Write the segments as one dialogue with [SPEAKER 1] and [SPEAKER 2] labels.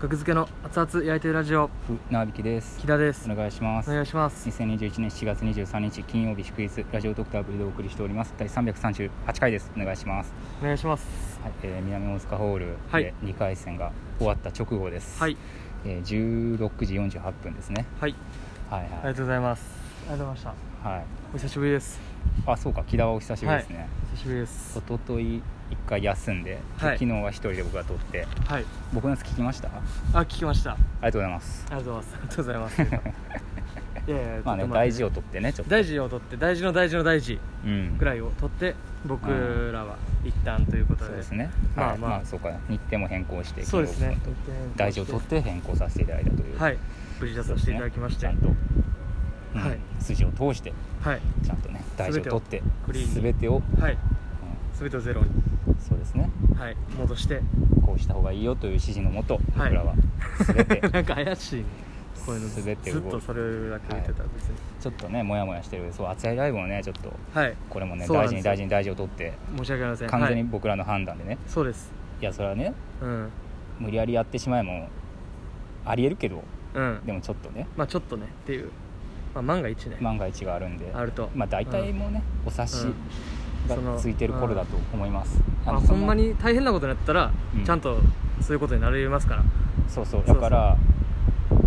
[SPEAKER 1] 格付けの熱々焼いてるラジオ
[SPEAKER 2] ふなびきです
[SPEAKER 1] 木田です
[SPEAKER 2] お願いしま
[SPEAKER 1] お
[SPEAKER 2] す
[SPEAKER 1] 願いします
[SPEAKER 2] 2021年7月23日金曜日祝日ラジオドクターブリでお送りしております第338回ですお願いします、
[SPEAKER 1] お願いします
[SPEAKER 2] はいえー南大塚ホール
[SPEAKER 1] はい
[SPEAKER 2] で2回戦が終わった直後です、
[SPEAKER 1] はい
[SPEAKER 2] えー16時48分ですね
[SPEAKER 1] はい
[SPEAKER 2] はい
[SPEAKER 1] あり
[SPEAKER 2] は
[SPEAKER 1] が
[SPEAKER 2] い、
[SPEAKER 1] とうございますありがとうございました
[SPEAKER 2] はい、
[SPEAKER 1] お久しぶりです
[SPEAKER 2] あそうか木田はお久しぶりですね、
[SPEAKER 1] 久しぶりです
[SPEAKER 2] 一昨日一回休んで、
[SPEAKER 1] はい
[SPEAKER 2] 昨日は一人で僕が撮って
[SPEAKER 1] はい
[SPEAKER 2] 僕のやつ聞きました
[SPEAKER 1] あ
[SPEAKER 2] あ
[SPEAKER 1] 聞きましたあ
[SPEAKER 2] りがとうございます
[SPEAKER 1] りがとう ございますありがとうございますいやいや
[SPEAKER 2] ま
[SPEAKER 1] ちょ
[SPEAKER 2] あね
[SPEAKER 1] っと
[SPEAKER 2] 大事を取ってねちょっと
[SPEAKER 1] 大事を取って大事の大事の大事
[SPEAKER 2] うん
[SPEAKER 1] ぐらいを取って僕らは一旦ということ
[SPEAKER 2] そ
[SPEAKER 1] で、
[SPEAKER 2] うですね
[SPEAKER 1] まあ
[SPEAKER 2] はい
[SPEAKER 1] まあ
[SPEAKER 2] まあそうか日程も変更して
[SPEAKER 1] そうですね
[SPEAKER 2] 昨日大事を取って変更させていただいたという
[SPEAKER 1] はい無事出
[SPEAKER 2] そう
[SPEAKER 1] させて
[SPEAKER 2] ですね
[SPEAKER 1] いただきまして、
[SPEAKER 2] ちゃんと、うん
[SPEAKER 1] はい
[SPEAKER 2] 筋を通して
[SPEAKER 1] はい
[SPEAKER 2] ちゃんとね大事を取って
[SPEAKER 1] クリーンに
[SPEAKER 2] 全てを
[SPEAKER 1] はい全てをゼロに
[SPEAKER 2] うんそうですね
[SPEAKER 1] はい戻して
[SPEAKER 2] こうした方がいいよという指示のもと
[SPEAKER 1] はい
[SPEAKER 2] 僕らは全て
[SPEAKER 1] なんか怪しいねこういうの
[SPEAKER 2] 全て
[SPEAKER 1] ず
[SPEAKER 2] 動
[SPEAKER 1] っと
[SPEAKER 2] く
[SPEAKER 1] それだけ言ってたら別に
[SPEAKER 2] ちょっとねモヤモヤしてるそう熱いライブをねちょっと
[SPEAKER 1] はい、
[SPEAKER 2] これもね
[SPEAKER 1] そうなん
[SPEAKER 2] 大
[SPEAKER 1] です
[SPEAKER 2] 事
[SPEAKER 1] よ
[SPEAKER 2] に大事に大事を取って
[SPEAKER 1] 申し訳ありません
[SPEAKER 2] 完全に
[SPEAKER 1] はい、
[SPEAKER 2] 僕らの判断でね
[SPEAKER 1] そうです
[SPEAKER 2] いやそれはね
[SPEAKER 1] うん
[SPEAKER 2] 無理やりやってしまえもありえるけど
[SPEAKER 1] うん
[SPEAKER 2] でもちょっとね
[SPEAKER 1] まあちょっとねっていう、まあ、万が一ね、
[SPEAKER 2] 万が一があるんで
[SPEAKER 1] あると
[SPEAKER 2] まあ大体もうね、お察しがついてる頃だと思います、
[SPEAKER 1] ま
[SPEAKER 2] の
[SPEAKER 1] あ、ほんまに大変なことになったら、
[SPEAKER 2] うん
[SPEAKER 1] ちゃんとそういうことになりますから
[SPEAKER 2] そうそう
[SPEAKER 1] そう
[SPEAKER 2] だから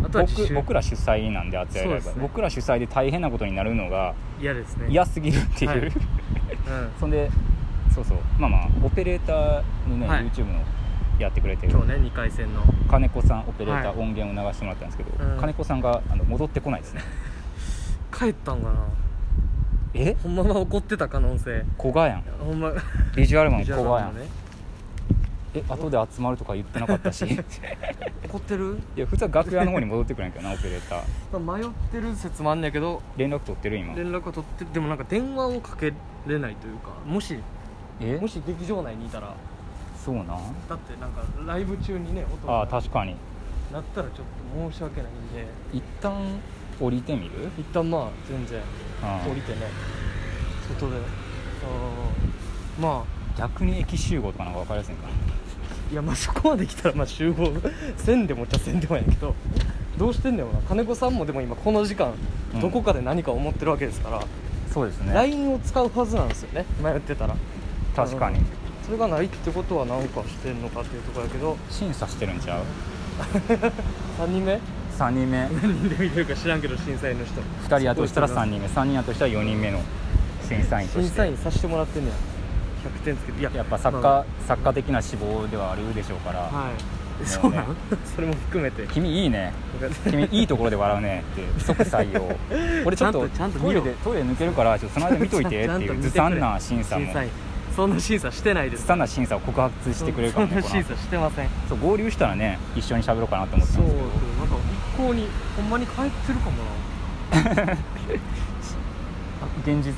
[SPEAKER 1] あとは自
[SPEAKER 2] 僕
[SPEAKER 1] 習
[SPEAKER 2] 僕ら主催なんで熱いライブは
[SPEAKER 1] そうですね
[SPEAKER 2] 僕ら主催で大変なことになるのが
[SPEAKER 1] 嫌ですね
[SPEAKER 2] 嫌すぎるっていう、
[SPEAKER 1] はいうん
[SPEAKER 2] そんでそうそうまあまあオペレーターのね、
[SPEAKER 1] はい
[SPEAKER 2] YouTube のやってくれてる
[SPEAKER 1] 今日ね2回戦の
[SPEAKER 2] 金子さんオペレータ
[SPEAKER 1] は
[SPEAKER 2] ー、
[SPEAKER 1] い
[SPEAKER 2] 音源を流してもらったんですけど、
[SPEAKER 1] うん
[SPEAKER 2] 金子さんがあの戻ってこないですね
[SPEAKER 1] 帰ったんかな
[SPEAKER 2] え
[SPEAKER 1] ほんまは怒ってた可能性
[SPEAKER 2] 古賀やん
[SPEAKER 1] ほんま
[SPEAKER 2] ビジュアルマン
[SPEAKER 1] ビジ
[SPEAKER 2] 古
[SPEAKER 1] ュアル
[SPEAKER 2] 賀
[SPEAKER 1] マ
[SPEAKER 2] や
[SPEAKER 1] ン
[SPEAKER 2] ん、
[SPEAKER 1] のね
[SPEAKER 2] え後で集まるとか言ってなかっ たしい
[SPEAKER 1] 怒ってる、
[SPEAKER 2] や普通は楽屋の方に戻ってくるんやけどなオペレーター
[SPEAKER 1] まあ、迷ってる説もあんねんけど
[SPEAKER 2] 連絡取ってる今
[SPEAKER 1] 連絡は取ってでもなんか電話をかけれないというかもし
[SPEAKER 2] え
[SPEAKER 1] もし劇場内にいたら
[SPEAKER 2] そうなん
[SPEAKER 1] だってなんかライブ中にね音
[SPEAKER 2] あ
[SPEAKER 1] が
[SPEAKER 2] あ確かに
[SPEAKER 1] 鳴ったらちょっと申し訳ないんで
[SPEAKER 2] 一旦降りてみる
[SPEAKER 1] 一旦まあ全然
[SPEAKER 2] うん
[SPEAKER 1] 降りてね外であーまあ
[SPEAKER 2] 逆に駅集合とかなんか分かりやすいんかない
[SPEAKER 1] やまあそこまで来たらまあ集合 せんでもちゃせんでもやけどどうしてんねんな金子さんもでも今この時間
[SPEAKER 2] うん
[SPEAKER 1] どこかで何か思ってるわけですから、
[SPEAKER 2] そうです
[SPEAKER 1] LINE を使うはずなんですよね迷ってたら
[SPEAKER 2] 確かに
[SPEAKER 1] うんそれがないってことは何かしてんのかっていうところやけど
[SPEAKER 2] 審査してるんちゃう
[SPEAKER 1] 3人目
[SPEAKER 2] 3人目
[SPEAKER 1] 何人で見てるか知らんけど審査員の人
[SPEAKER 2] 2人やとしたら3人目3人やとしたら4人目の審査員として
[SPEAKER 1] 審査員させてもらってんねや100点つけていや
[SPEAKER 2] やっぱ作家、作家的な志望ではあるでしょうから、
[SPEAKER 1] はい、
[SPEAKER 2] ね
[SPEAKER 1] そうなん それも含めて
[SPEAKER 2] 君いいね君いいところで笑うねって即採用俺ちょっと
[SPEAKER 1] ちゃんとちゃんと
[SPEAKER 2] ト
[SPEAKER 1] 見
[SPEAKER 2] イ
[SPEAKER 1] ろ
[SPEAKER 2] レでトイレ抜けるからちょっとその間見といてっていうずさんな審査も
[SPEAKER 1] 審査員そんな審査してないで
[SPEAKER 2] ず
[SPEAKER 1] す
[SPEAKER 2] さんな審査を告発してくれるから
[SPEAKER 1] そ
[SPEAKER 2] ね
[SPEAKER 1] んな
[SPEAKER 2] この
[SPEAKER 1] 審査してません
[SPEAKER 2] そう合流したらね一緒に喋ろうかなと思ってた
[SPEAKER 1] そ
[SPEAKER 2] ん
[SPEAKER 1] う
[SPEAKER 2] で
[SPEAKER 1] ですす
[SPEAKER 2] けど
[SPEAKER 1] なんか一向にほんまに帰ってるかもな
[SPEAKER 2] あ現実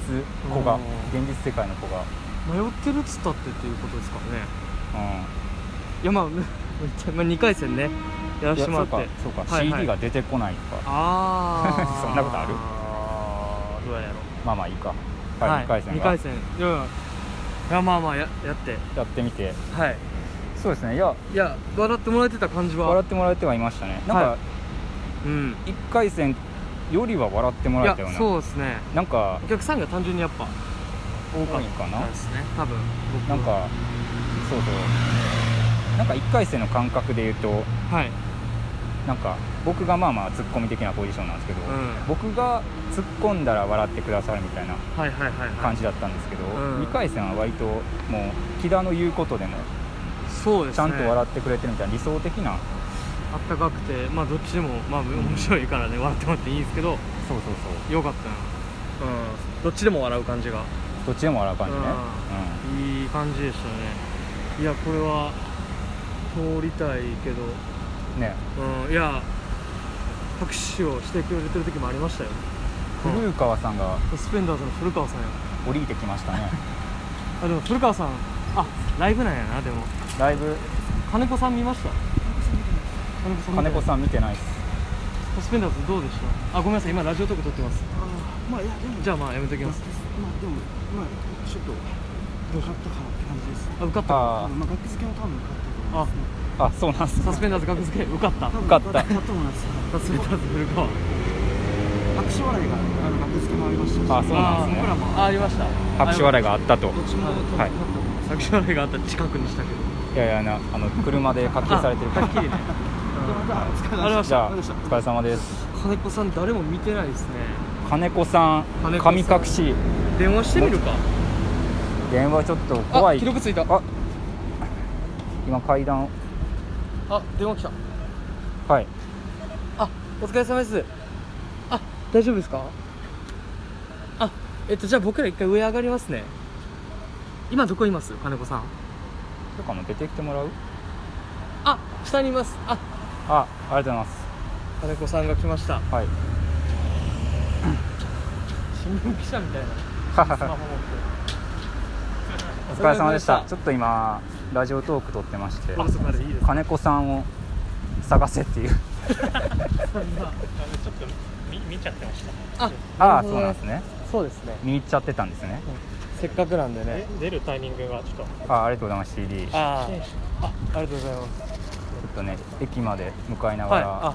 [SPEAKER 2] 子が
[SPEAKER 1] うん
[SPEAKER 2] 現実世界の子が、
[SPEAKER 1] 迷ってるっつったってっていうことですからね
[SPEAKER 2] う
[SPEAKER 1] いやまあ めっちゃまあ2回戦ねやら
[SPEAKER 2] ん、
[SPEAKER 1] せてもらって
[SPEAKER 2] いやそうかそうか、
[SPEAKER 1] はいはい
[SPEAKER 2] CD が出てこないとか
[SPEAKER 1] ああ
[SPEAKER 2] そんなことある
[SPEAKER 1] どうやろ
[SPEAKER 2] まあまあいいか、
[SPEAKER 1] う
[SPEAKER 2] はい、2回戦
[SPEAKER 1] 2
[SPEAKER 2] が
[SPEAKER 1] 回戦いやいやいやまあまあややって
[SPEAKER 2] やってみて
[SPEAKER 1] はい
[SPEAKER 2] そうですねいや
[SPEAKER 1] いや笑ってもらえてた感じは
[SPEAKER 2] 笑ってもらえてはいましたねなんか
[SPEAKER 1] はうん
[SPEAKER 2] 1回戦よりは笑っても
[SPEAKER 1] い
[SPEAKER 2] らえ
[SPEAKER 1] や
[SPEAKER 2] たような
[SPEAKER 1] そうですね
[SPEAKER 2] なんか
[SPEAKER 1] お客さんが単純にやっぱ多か
[SPEAKER 2] 多
[SPEAKER 1] っ
[SPEAKER 2] いか
[SPEAKER 1] た
[SPEAKER 2] な
[SPEAKER 1] ですね多分僕は
[SPEAKER 2] なんかそうそうなんか1回戦の感覚で言うと
[SPEAKER 1] はい
[SPEAKER 2] なんか僕がまあまあツッコミ的なポジションなんですけど、
[SPEAKER 1] ん
[SPEAKER 2] 僕が突っ込んだら笑ってくださるみたいな
[SPEAKER 1] はいはいはいは
[SPEAKER 2] 感
[SPEAKER 1] い
[SPEAKER 2] じだったんですけど、
[SPEAKER 1] うん
[SPEAKER 2] 2回戦は割ともう木田の言うことでも
[SPEAKER 1] そうですね
[SPEAKER 2] ちゃんと笑
[SPEAKER 1] っ
[SPEAKER 2] ってくれてるみたいな理想的な
[SPEAKER 1] あったかくてまあどっちでもまあ面白いからね笑ってもらっていいんですけど
[SPEAKER 2] そうそうそう
[SPEAKER 1] よかったなうんどっちでも笑う感じが
[SPEAKER 2] どっちでも笑う感じね、
[SPEAKER 1] いい感じでしたねいやこれは通りたいけど
[SPEAKER 2] うん、ね
[SPEAKER 1] うんいや拍手をしてくれてる時もありましたよ
[SPEAKER 2] 古川さんが
[SPEAKER 1] スペンダーズの古川さんや
[SPEAKER 2] 降りてきまし たね
[SPEAKER 1] あでも古川さんあライブなんやなでも
[SPEAKER 2] だいぶ
[SPEAKER 1] 金子さん見ました金子さん見た
[SPEAKER 2] 金子さん見てないっす
[SPEAKER 1] スペンダーズどうでしたあごめんなさい今ラジオトーク撮ってます
[SPEAKER 3] あまあいやでも
[SPEAKER 1] じゃあまあやめとき
[SPEAKER 3] まあ
[SPEAKER 1] ます
[SPEAKER 3] でもまあちょっとどうかったかなって感じです。
[SPEAKER 1] あ受かった
[SPEAKER 2] あ
[SPEAKER 3] あのまあ学付けも多分受かったと思いますね。
[SPEAKER 2] あそうなんす
[SPEAKER 1] サスペンダーズ格付け受かった
[SPEAKER 3] 多分
[SPEAKER 2] 受かった
[SPEAKER 3] だと思います
[SPEAKER 1] サスペンダーズ古川
[SPEAKER 3] 拍手笑いがあの学付けもありましたし
[SPEAKER 2] あそうなんですね
[SPEAKER 3] 僕らも
[SPEAKER 1] あありました
[SPEAKER 2] 拍手笑いがあったと
[SPEAKER 3] どっちも多分
[SPEAKER 2] はい
[SPEAKER 3] だと思います
[SPEAKER 1] 拍手笑いがあった近くにしたけど
[SPEAKER 2] いやいやなあの車で課金されてる
[SPEAKER 1] はっ きりね
[SPEAKER 3] で
[SPEAKER 1] ありま
[SPEAKER 3] ま
[SPEAKER 1] した
[SPEAKER 2] じゃあお
[SPEAKER 3] ありました
[SPEAKER 2] 疲れ様です
[SPEAKER 1] 金子さん誰も見てないですね
[SPEAKER 2] 金子さん
[SPEAKER 1] 金子さん
[SPEAKER 2] 神隠し
[SPEAKER 1] 電話してみるか
[SPEAKER 2] 電話ちょっと怖い
[SPEAKER 1] あ記録ついた
[SPEAKER 2] あ今階段を
[SPEAKER 1] あ電話来た
[SPEAKER 2] はい
[SPEAKER 1] あお疲れ様ですあ大丈夫ですかあえっとじゃあ僕ら一回上上がりますね今どこいます金子さん
[SPEAKER 2] とかも出てきてもらう
[SPEAKER 1] あ下にいますあ
[SPEAKER 2] あありがとうございます
[SPEAKER 1] 金子さんが来ました
[SPEAKER 2] はい
[SPEAKER 1] 新聞記者みたいなスマホ持って
[SPEAKER 2] お疲れ様で
[SPEAKER 1] お疲れ
[SPEAKER 2] し
[SPEAKER 1] 様でした
[SPEAKER 2] たちょっと今ラジオトーク撮ってまして
[SPEAKER 1] あそこでいいです
[SPEAKER 2] 金子さんを探せっていう
[SPEAKER 4] ちょっと見見ちゃってました
[SPEAKER 1] あ
[SPEAKER 2] ああそうなんですね
[SPEAKER 1] そうですね
[SPEAKER 2] 見入っちゃってたんですね
[SPEAKER 1] せっかくなんでね
[SPEAKER 4] え出るタイミングがちょっと
[SPEAKER 2] ああありがとうございます CD ちょっ
[SPEAKER 1] あーあありがとうございます
[SPEAKER 2] とね駅まで向かいな
[SPEAKER 1] は
[SPEAKER 2] が
[SPEAKER 1] い
[SPEAKER 2] ら
[SPEAKER 1] あ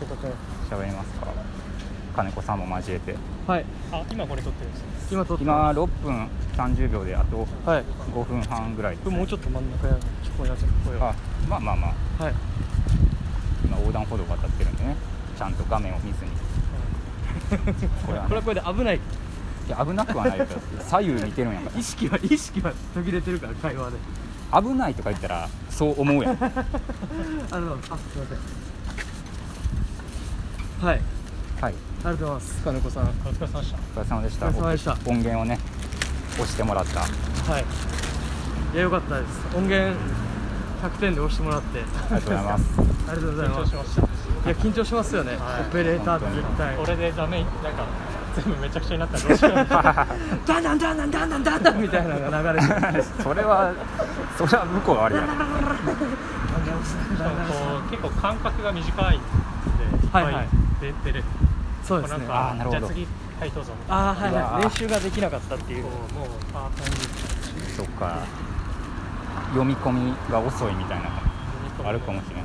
[SPEAKER 1] せっかくね
[SPEAKER 2] 喋りますか金子さんも交えて
[SPEAKER 1] はい
[SPEAKER 4] あ今これ撮ってるんですよ
[SPEAKER 1] 今撮って
[SPEAKER 2] 今6分30秒であと
[SPEAKER 1] はい
[SPEAKER 2] 5分半ぐらいです、
[SPEAKER 1] これもう
[SPEAKER 2] ね、
[SPEAKER 1] ちょっと真ん中やる聞こえなっちゃった声が
[SPEAKER 2] あまあまあまあ
[SPEAKER 1] はい
[SPEAKER 2] 今横断歩道渡ってるんでねちゃんと画面を見ずにこれは
[SPEAKER 1] これ
[SPEAKER 2] ね
[SPEAKER 1] はこれで危ない
[SPEAKER 2] いや危なくはないですよ左右見てるんやか
[SPEAKER 1] 意識は意識は途切れてるから会話で
[SPEAKER 2] ら危ないとか言ったらそう思うやん
[SPEAKER 1] あのあすいませんはい
[SPEAKER 2] は
[SPEAKER 1] あり
[SPEAKER 2] い、
[SPEAKER 1] がとうございます金子さんは
[SPEAKER 4] お疲れ様でした
[SPEAKER 2] お疲れ様でした。
[SPEAKER 1] お疲れ様でした
[SPEAKER 2] 音源をね、押してもらった。あ
[SPEAKER 1] いいやよかったです音源100点で押してもらって
[SPEAKER 2] りがとうございます。
[SPEAKER 1] ありがとうござい
[SPEAKER 4] 緊張
[SPEAKER 1] ます
[SPEAKER 4] しました
[SPEAKER 1] いや緊張しますよね、
[SPEAKER 4] はい
[SPEAKER 1] オペレーターって絶対
[SPEAKER 4] 俺でダメなんか全部めちゃくちゃになったらどうしよう
[SPEAKER 1] ダンダンダンダンダンダンダンダンみたいなのが流れて
[SPEAKER 2] それは、それは向こうはあれやろ。
[SPEAKER 4] しかもこう結構間隔が短
[SPEAKER 1] はい
[SPEAKER 4] いんでっぱ
[SPEAKER 1] はい
[SPEAKER 4] 出てる
[SPEAKER 1] そうで
[SPEAKER 4] こ
[SPEAKER 1] す
[SPEAKER 4] う
[SPEAKER 1] ね
[SPEAKER 4] なん
[SPEAKER 2] あー
[SPEAKER 4] か
[SPEAKER 2] なるほ
[SPEAKER 4] じ
[SPEAKER 2] ど
[SPEAKER 4] ゃあ次はいどうぞみたいな
[SPEAKER 1] ああはいう
[SPEAKER 2] わ
[SPEAKER 1] はい
[SPEAKER 2] ー
[SPEAKER 1] 練習ができなかったっていう
[SPEAKER 4] こうもうパートに
[SPEAKER 2] そっか。読み込みが遅いみたいなのあるかもしれない。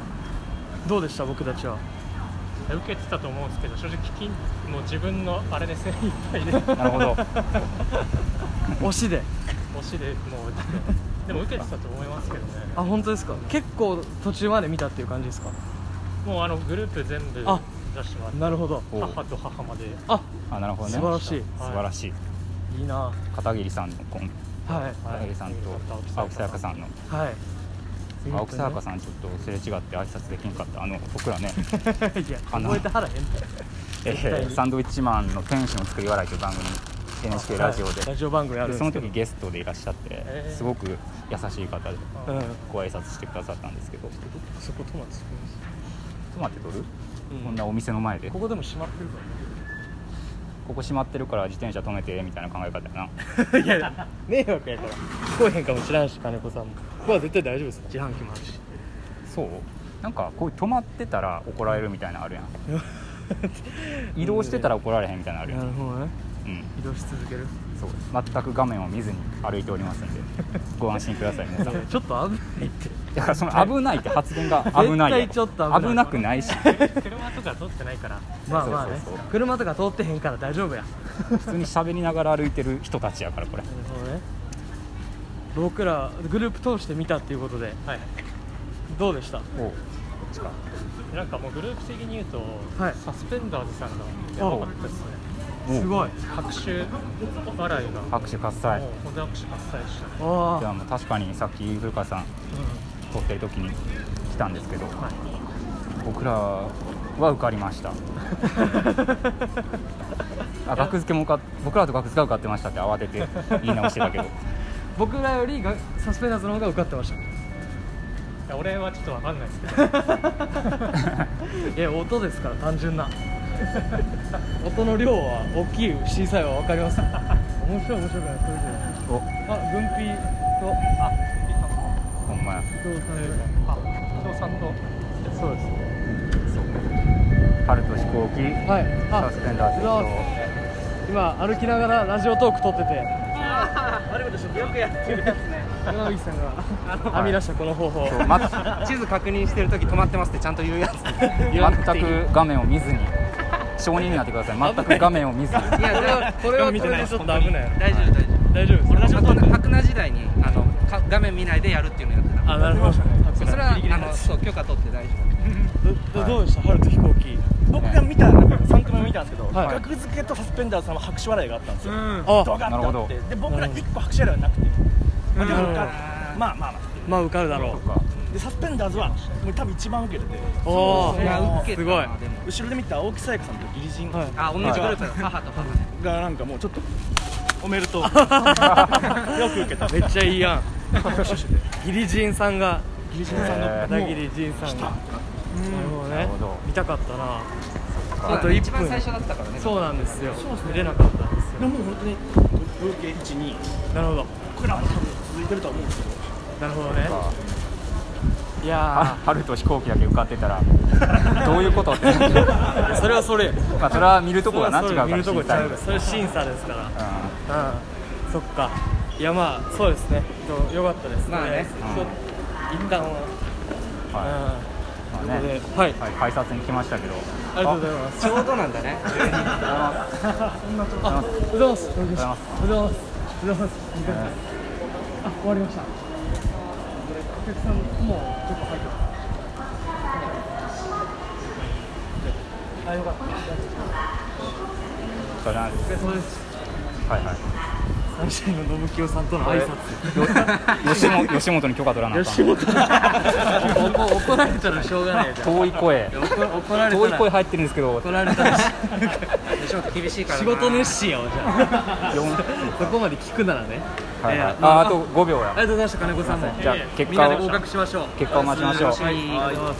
[SPEAKER 1] どうでした僕たちは
[SPEAKER 4] 受けてたと思うんですけど正直金もう自分のあれで精一杯で
[SPEAKER 2] なるほど。
[SPEAKER 1] 推しで
[SPEAKER 4] 押しでもうでも受けてたと思いますけどね
[SPEAKER 1] あ本当ですか結構途中まで見たっていう感じですか
[SPEAKER 4] もうあのグループ全部出しても
[SPEAKER 1] あ
[SPEAKER 4] らって
[SPEAKER 1] なるほど
[SPEAKER 2] おう
[SPEAKER 4] 母と母まで
[SPEAKER 1] あ
[SPEAKER 2] あ、なるほどね。
[SPEAKER 1] 素晴らしい
[SPEAKER 2] 素晴らしい。
[SPEAKER 1] いいな
[SPEAKER 2] 片桐さんのコンビ、
[SPEAKER 1] はい
[SPEAKER 4] はい
[SPEAKER 2] 片桐さんと青木さやかさんの。
[SPEAKER 1] はい
[SPEAKER 2] 青木さやかさんちょっとすれ違って挨拶できんかった。あの、僕ら ね、
[SPEAKER 1] ん いや
[SPEAKER 2] あの
[SPEAKER 1] 覚えてはらへんって
[SPEAKER 2] え
[SPEAKER 1] 対
[SPEAKER 2] ー
[SPEAKER 1] に
[SPEAKER 2] サンドウィッチマンの天使の作り笑いという番組、NHK ラジオで
[SPEAKER 1] はい。ラジオ番組あるん
[SPEAKER 2] で
[SPEAKER 1] です
[SPEAKER 2] その
[SPEAKER 1] けど
[SPEAKER 2] 時ゲストでいらっしゃって
[SPEAKER 4] えー
[SPEAKER 2] すごく優しい方で
[SPEAKER 1] うん
[SPEAKER 2] ご挨拶してくださったんですけどちょっ
[SPEAKER 1] そこトマト作ります
[SPEAKER 2] と待って撮る
[SPEAKER 1] うん
[SPEAKER 2] こんなお店の前で
[SPEAKER 1] こ
[SPEAKER 2] こ
[SPEAKER 1] こでも閉まってるか
[SPEAKER 2] こ閉まってるから自転車止めてみたいな考え方やな
[SPEAKER 1] らいや迷惑やから聞こえへんかもしらんし金子さんもここは絶対大丈夫です自販機もあるし
[SPEAKER 2] そうなんかこう止まってたら怒られるみたいなのあ るやん移動してたら怒られへんみたいなのあるや
[SPEAKER 1] なんるほどね
[SPEAKER 2] うん
[SPEAKER 1] 移動し続ける
[SPEAKER 2] そう全く画面を見ずに歩いておりますんでご安心ください皆さん
[SPEAKER 1] ちょっと危ないって
[SPEAKER 2] だからその危ないって発言が危ない
[SPEAKER 1] 絶
[SPEAKER 2] やろ
[SPEAKER 1] 対ちょっと危ない
[SPEAKER 2] くないし
[SPEAKER 4] 車とか撮ってないから
[SPEAKER 1] まあまあね
[SPEAKER 2] そうそうそう
[SPEAKER 1] 車とか通ってへんから大丈夫や
[SPEAKER 2] 普通に喋りながら歩いてる人たちやからこれ
[SPEAKER 1] なるほどね僕らグループ通して見たっていうことで
[SPEAKER 4] はい
[SPEAKER 1] どうでした
[SPEAKER 2] おうこっちか
[SPEAKER 4] なんかもうグループ的に言うと、
[SPEAKER 1] はい
[SPEAKER 4] サスペンダーズさんがやばかったですね
[SPEAKER 2] おう
[SPEAKER 1] すごい
[SPEAKER 4] 拍手笑いがも
[SPEAKER 2] 拍手喝采
[SPEAKER 4] う本当に拍手喝采でしたね
[SPEAKER 1] あ
[SPEAKER 2] いやもう確かにさっき古川さん撮ってる時に来たんですけど、僕らは受かりま したあ学付けも受かっ僕らと学付けが受かってましたって慌てて言い直してた けど
[SPEAKER 1] 僕らよりがサスペンダーズの方が受かってました
[SPEAKER 4] いや俺はちょっとわかんないですけ ど
[SPEAKER 1] いや音ですから単純 な音の量は大きい小さいは分かります面白い面白くないそれぞ
[SPEAKER 2] お
[SPEAKER 1] れあ軍備とあ
[SPEAKER 2] ほんまや
[SPEAKER 1] 伊藤さんが
[SPEAKER 4] あ伊藤さんの
[SPEAKER 1] そうです
[SPEAKER 2] そう春と飛行機
[SPEAKER 1] はいあ
[SPEAKER 2] サスペンダーズ
[SPEAKER 1] ありがとうござい
[SPEAKER 2] と
[SPEAKER 1] ます今歩きながらラジオトーク撮ってて
[SPEAKER 4] あれ私よくやってるやつね
[SPEAKER 1] 山口さんが
[SPEAKER 2] はい
[SPEAKER 1] 編み出したこの方法
[SPEAKER 2] そうま
[SPEAKER 5] 地図確認してるとき止まってますってちゃんと言うやつ言わなくていい
[SPEAKER 2] 全く画面を見ずに承認になってください全く画面を見ずに
[SPEAKER 5] いやでも
[SPEAKER 1] これはこれでちょっと危ない
[SPEAKER 5] 大丈夫大丈
[SPEAKER 1] 大丈夫
[SPEAKER 5] 夫
[SPEAKER 1] で
[SPEAKER 5] 俺
[SPEAKER 1] す
[SPEAKER 5] ちょっと白菜時代にあのか画面見ないでやるっていうのやってた
[SPEAKER 1] あなるほど
[SPEAKER 5] それはあのそう許可取って大丈夫
[SPEAKER 4] どどうでした、春と飛行機僕が見た3組目見たんですけど、
[SPEAKER 1] はい
[SPEAKER 4] 格付けとサスペンダーズさんは拍手笑いがあったんですよ、
[SPEAKER 1] あ
[SPEAKER 4] ドカ
[SPEAKER 2] な
[SPEAKER 4] ンと
[SPEAKER 2] る
[SPEAKER 4] あ
[SPEAKER 2] ほ
[SPEAKER 4] って
[SPEAKER 2] ど
[SPEAKER 4] で僕ら1個拍手笑いはなくて、まあ、でも
[SPEAKER 1] うん
[SPEAKER 4] まあまあまあ
[SPEAKER 1] まあ受かるだろう
[SPEAKER 4] でサスペンダーズはもう多分一番受けてて
[SPEAKER 1] お
[SPEAKER 4] そ
[SPEAKER 1] お
[SPEAKER 4] う
[SPEAKER 5] いや
[SPEAKER 4] の
[SPEAKER 5] ウケた
[SPEAKER 1] すごい
[SPEAKER 5] なでも
[SPEAKER 4] 後ろで見た青木さやかさんと義理人
[SPEAKER 1] はい
[SPEAKER 4] が
[SPEAKER 5] あ同じグループだ母と母ね
[SPEAKER 4] なんかもうちょっとおめ でとうよく受けた
[SPEAKER 1] めっちゃいいやん ギリジンさんが
[SPEAKER 4] 義理人さんの
[SPEAKER 2] えー
[SPEAKER 1] 片桐仁さんがなるほど
[SPEAKER 2] な
[SPEAKER 1] ね
[SPEAKER 2] るほど
[SPEAKER 1] 見たかったな
[SPEAKER 5] そう
[SPEAKER 1] あ
[SPEAKER 5] だ
[SPEAKER 1] と
[SPEAKER 5] ね
[SPEAKER 1] 1
[SPEAKER 5] 一番
[SPEAKER 1] 分
[SPEAKER 5] 最初だったからね
[SPEAKER 1] そうなんですよ見れなかったんです
[SPEAKER 4] でももう本当に合計12
[SPEAKER 1] よなるほど
[SPEAKER 4] 僕らは多分続いてるとは思うんですけど
[SPEAKER 1] なるほどねい
[SPEAKER 2] あ
[SPEAKER 1] や
[SPEAKER 2] 春と飛行機だけ受かってたらどういうことって、
[SPEAKER 1] ーそれはそれ
[SPEAKER 2] まあ、それは見るとこがな
[SPEAKER 1] そ
[SPEAKER 2] 違う
[SPEAKER 1] れ
[SPEAKER 2] か
[SPEAKER 1] は
[SPEAKER 2] ら
[SPEAKER 1] 見るとこ
[SPEAKER 2] 小さ
[SPEAKER 1] 違
[SPEAKER 2] いう
[SPEAKER 1] からそれ審査ですから
[SPEAKER 2] うん
[SPEAKER 1] うんそっかいやまあそうですねえっとよかったです
[SPEAKER 5] まあね
[SPEAKER 1] ちょっと一旦は
[SPEAKER 2] は
[SPEAKER 1] う
[SPEAKER 2] い
[SPEAKER 1] ん
[SPEAKER 2] まあね
[SPEAKER 1] はい
[SPEAKER 2] い、はい、改札に来ましたけど
[SPEAKER 1] ありがとうございます
[SPEAKER 5] ちょうどなんだね
[SPEAKER 1] あ、おはようございます。おはようご。
[SPEAKER 2] ざいます
[SPEAKER 1] おはようございます。おはようございます。あ、終わりました。お客さんもう結構入ってます。あ、よかった。
[SPEAKER 2] お疲れ様で
[SPEAKER 1] お疲
[SPEAKER 2] す
[SPEAKER 1] れ様です。
[SPEAKER 2] はいはい
[SPEAKER 1] サンシャインの信清さんとの挨拶。
[SPEAKER 2] 吉本吉本に許可取らなあか
[SPEAKER 1] 吉
[SPEAKER 2] ん
[SPEAKER 1] 本。怒 怒られたらしょうがないじゃん。
[SPEAKER 2] 遠い声
[SPEAKER 1] 怒怒られ
[SPEAKER 2] 遠い
[SPEAKER 1] た
[SPEAKER 2] 声
[SPEAKER 1] ら。
[SPEAKER 2] 入ってるんですけど
[SPEAKER 1] 怒られたらし。
[SPEAKER 5] 吉本厳しいから
[SPEAKER 1] 仕
[SPEAKER 5] な
[SPEAKER 1] 事熱心やわじゃあ。
[SPEAKER 2] 四
[SPEAKER 1] そこまで聞くならね。
[SPEAKER 2] はいはい
[SPEAKER 1] えー
[SPEAKER 2] ああと5秒
[SPEAKER 1] ありがと
[SPEAKER 2] や
[SPEAKER 1] うございました金子さんも。
[SPEAKER 2] じゃあ
[SPEAKER 1] み
[SPEAKER 2] 結
[SPEAKER 1] んな
[SPEAKER 2] 果
[SPEAKER 1] で
[SPEAKER 2] を
[SPEAKER 1] 合格しましょう。
[SPEAKER 2] 結果を待ちましょう
[SPEAKER 5] はい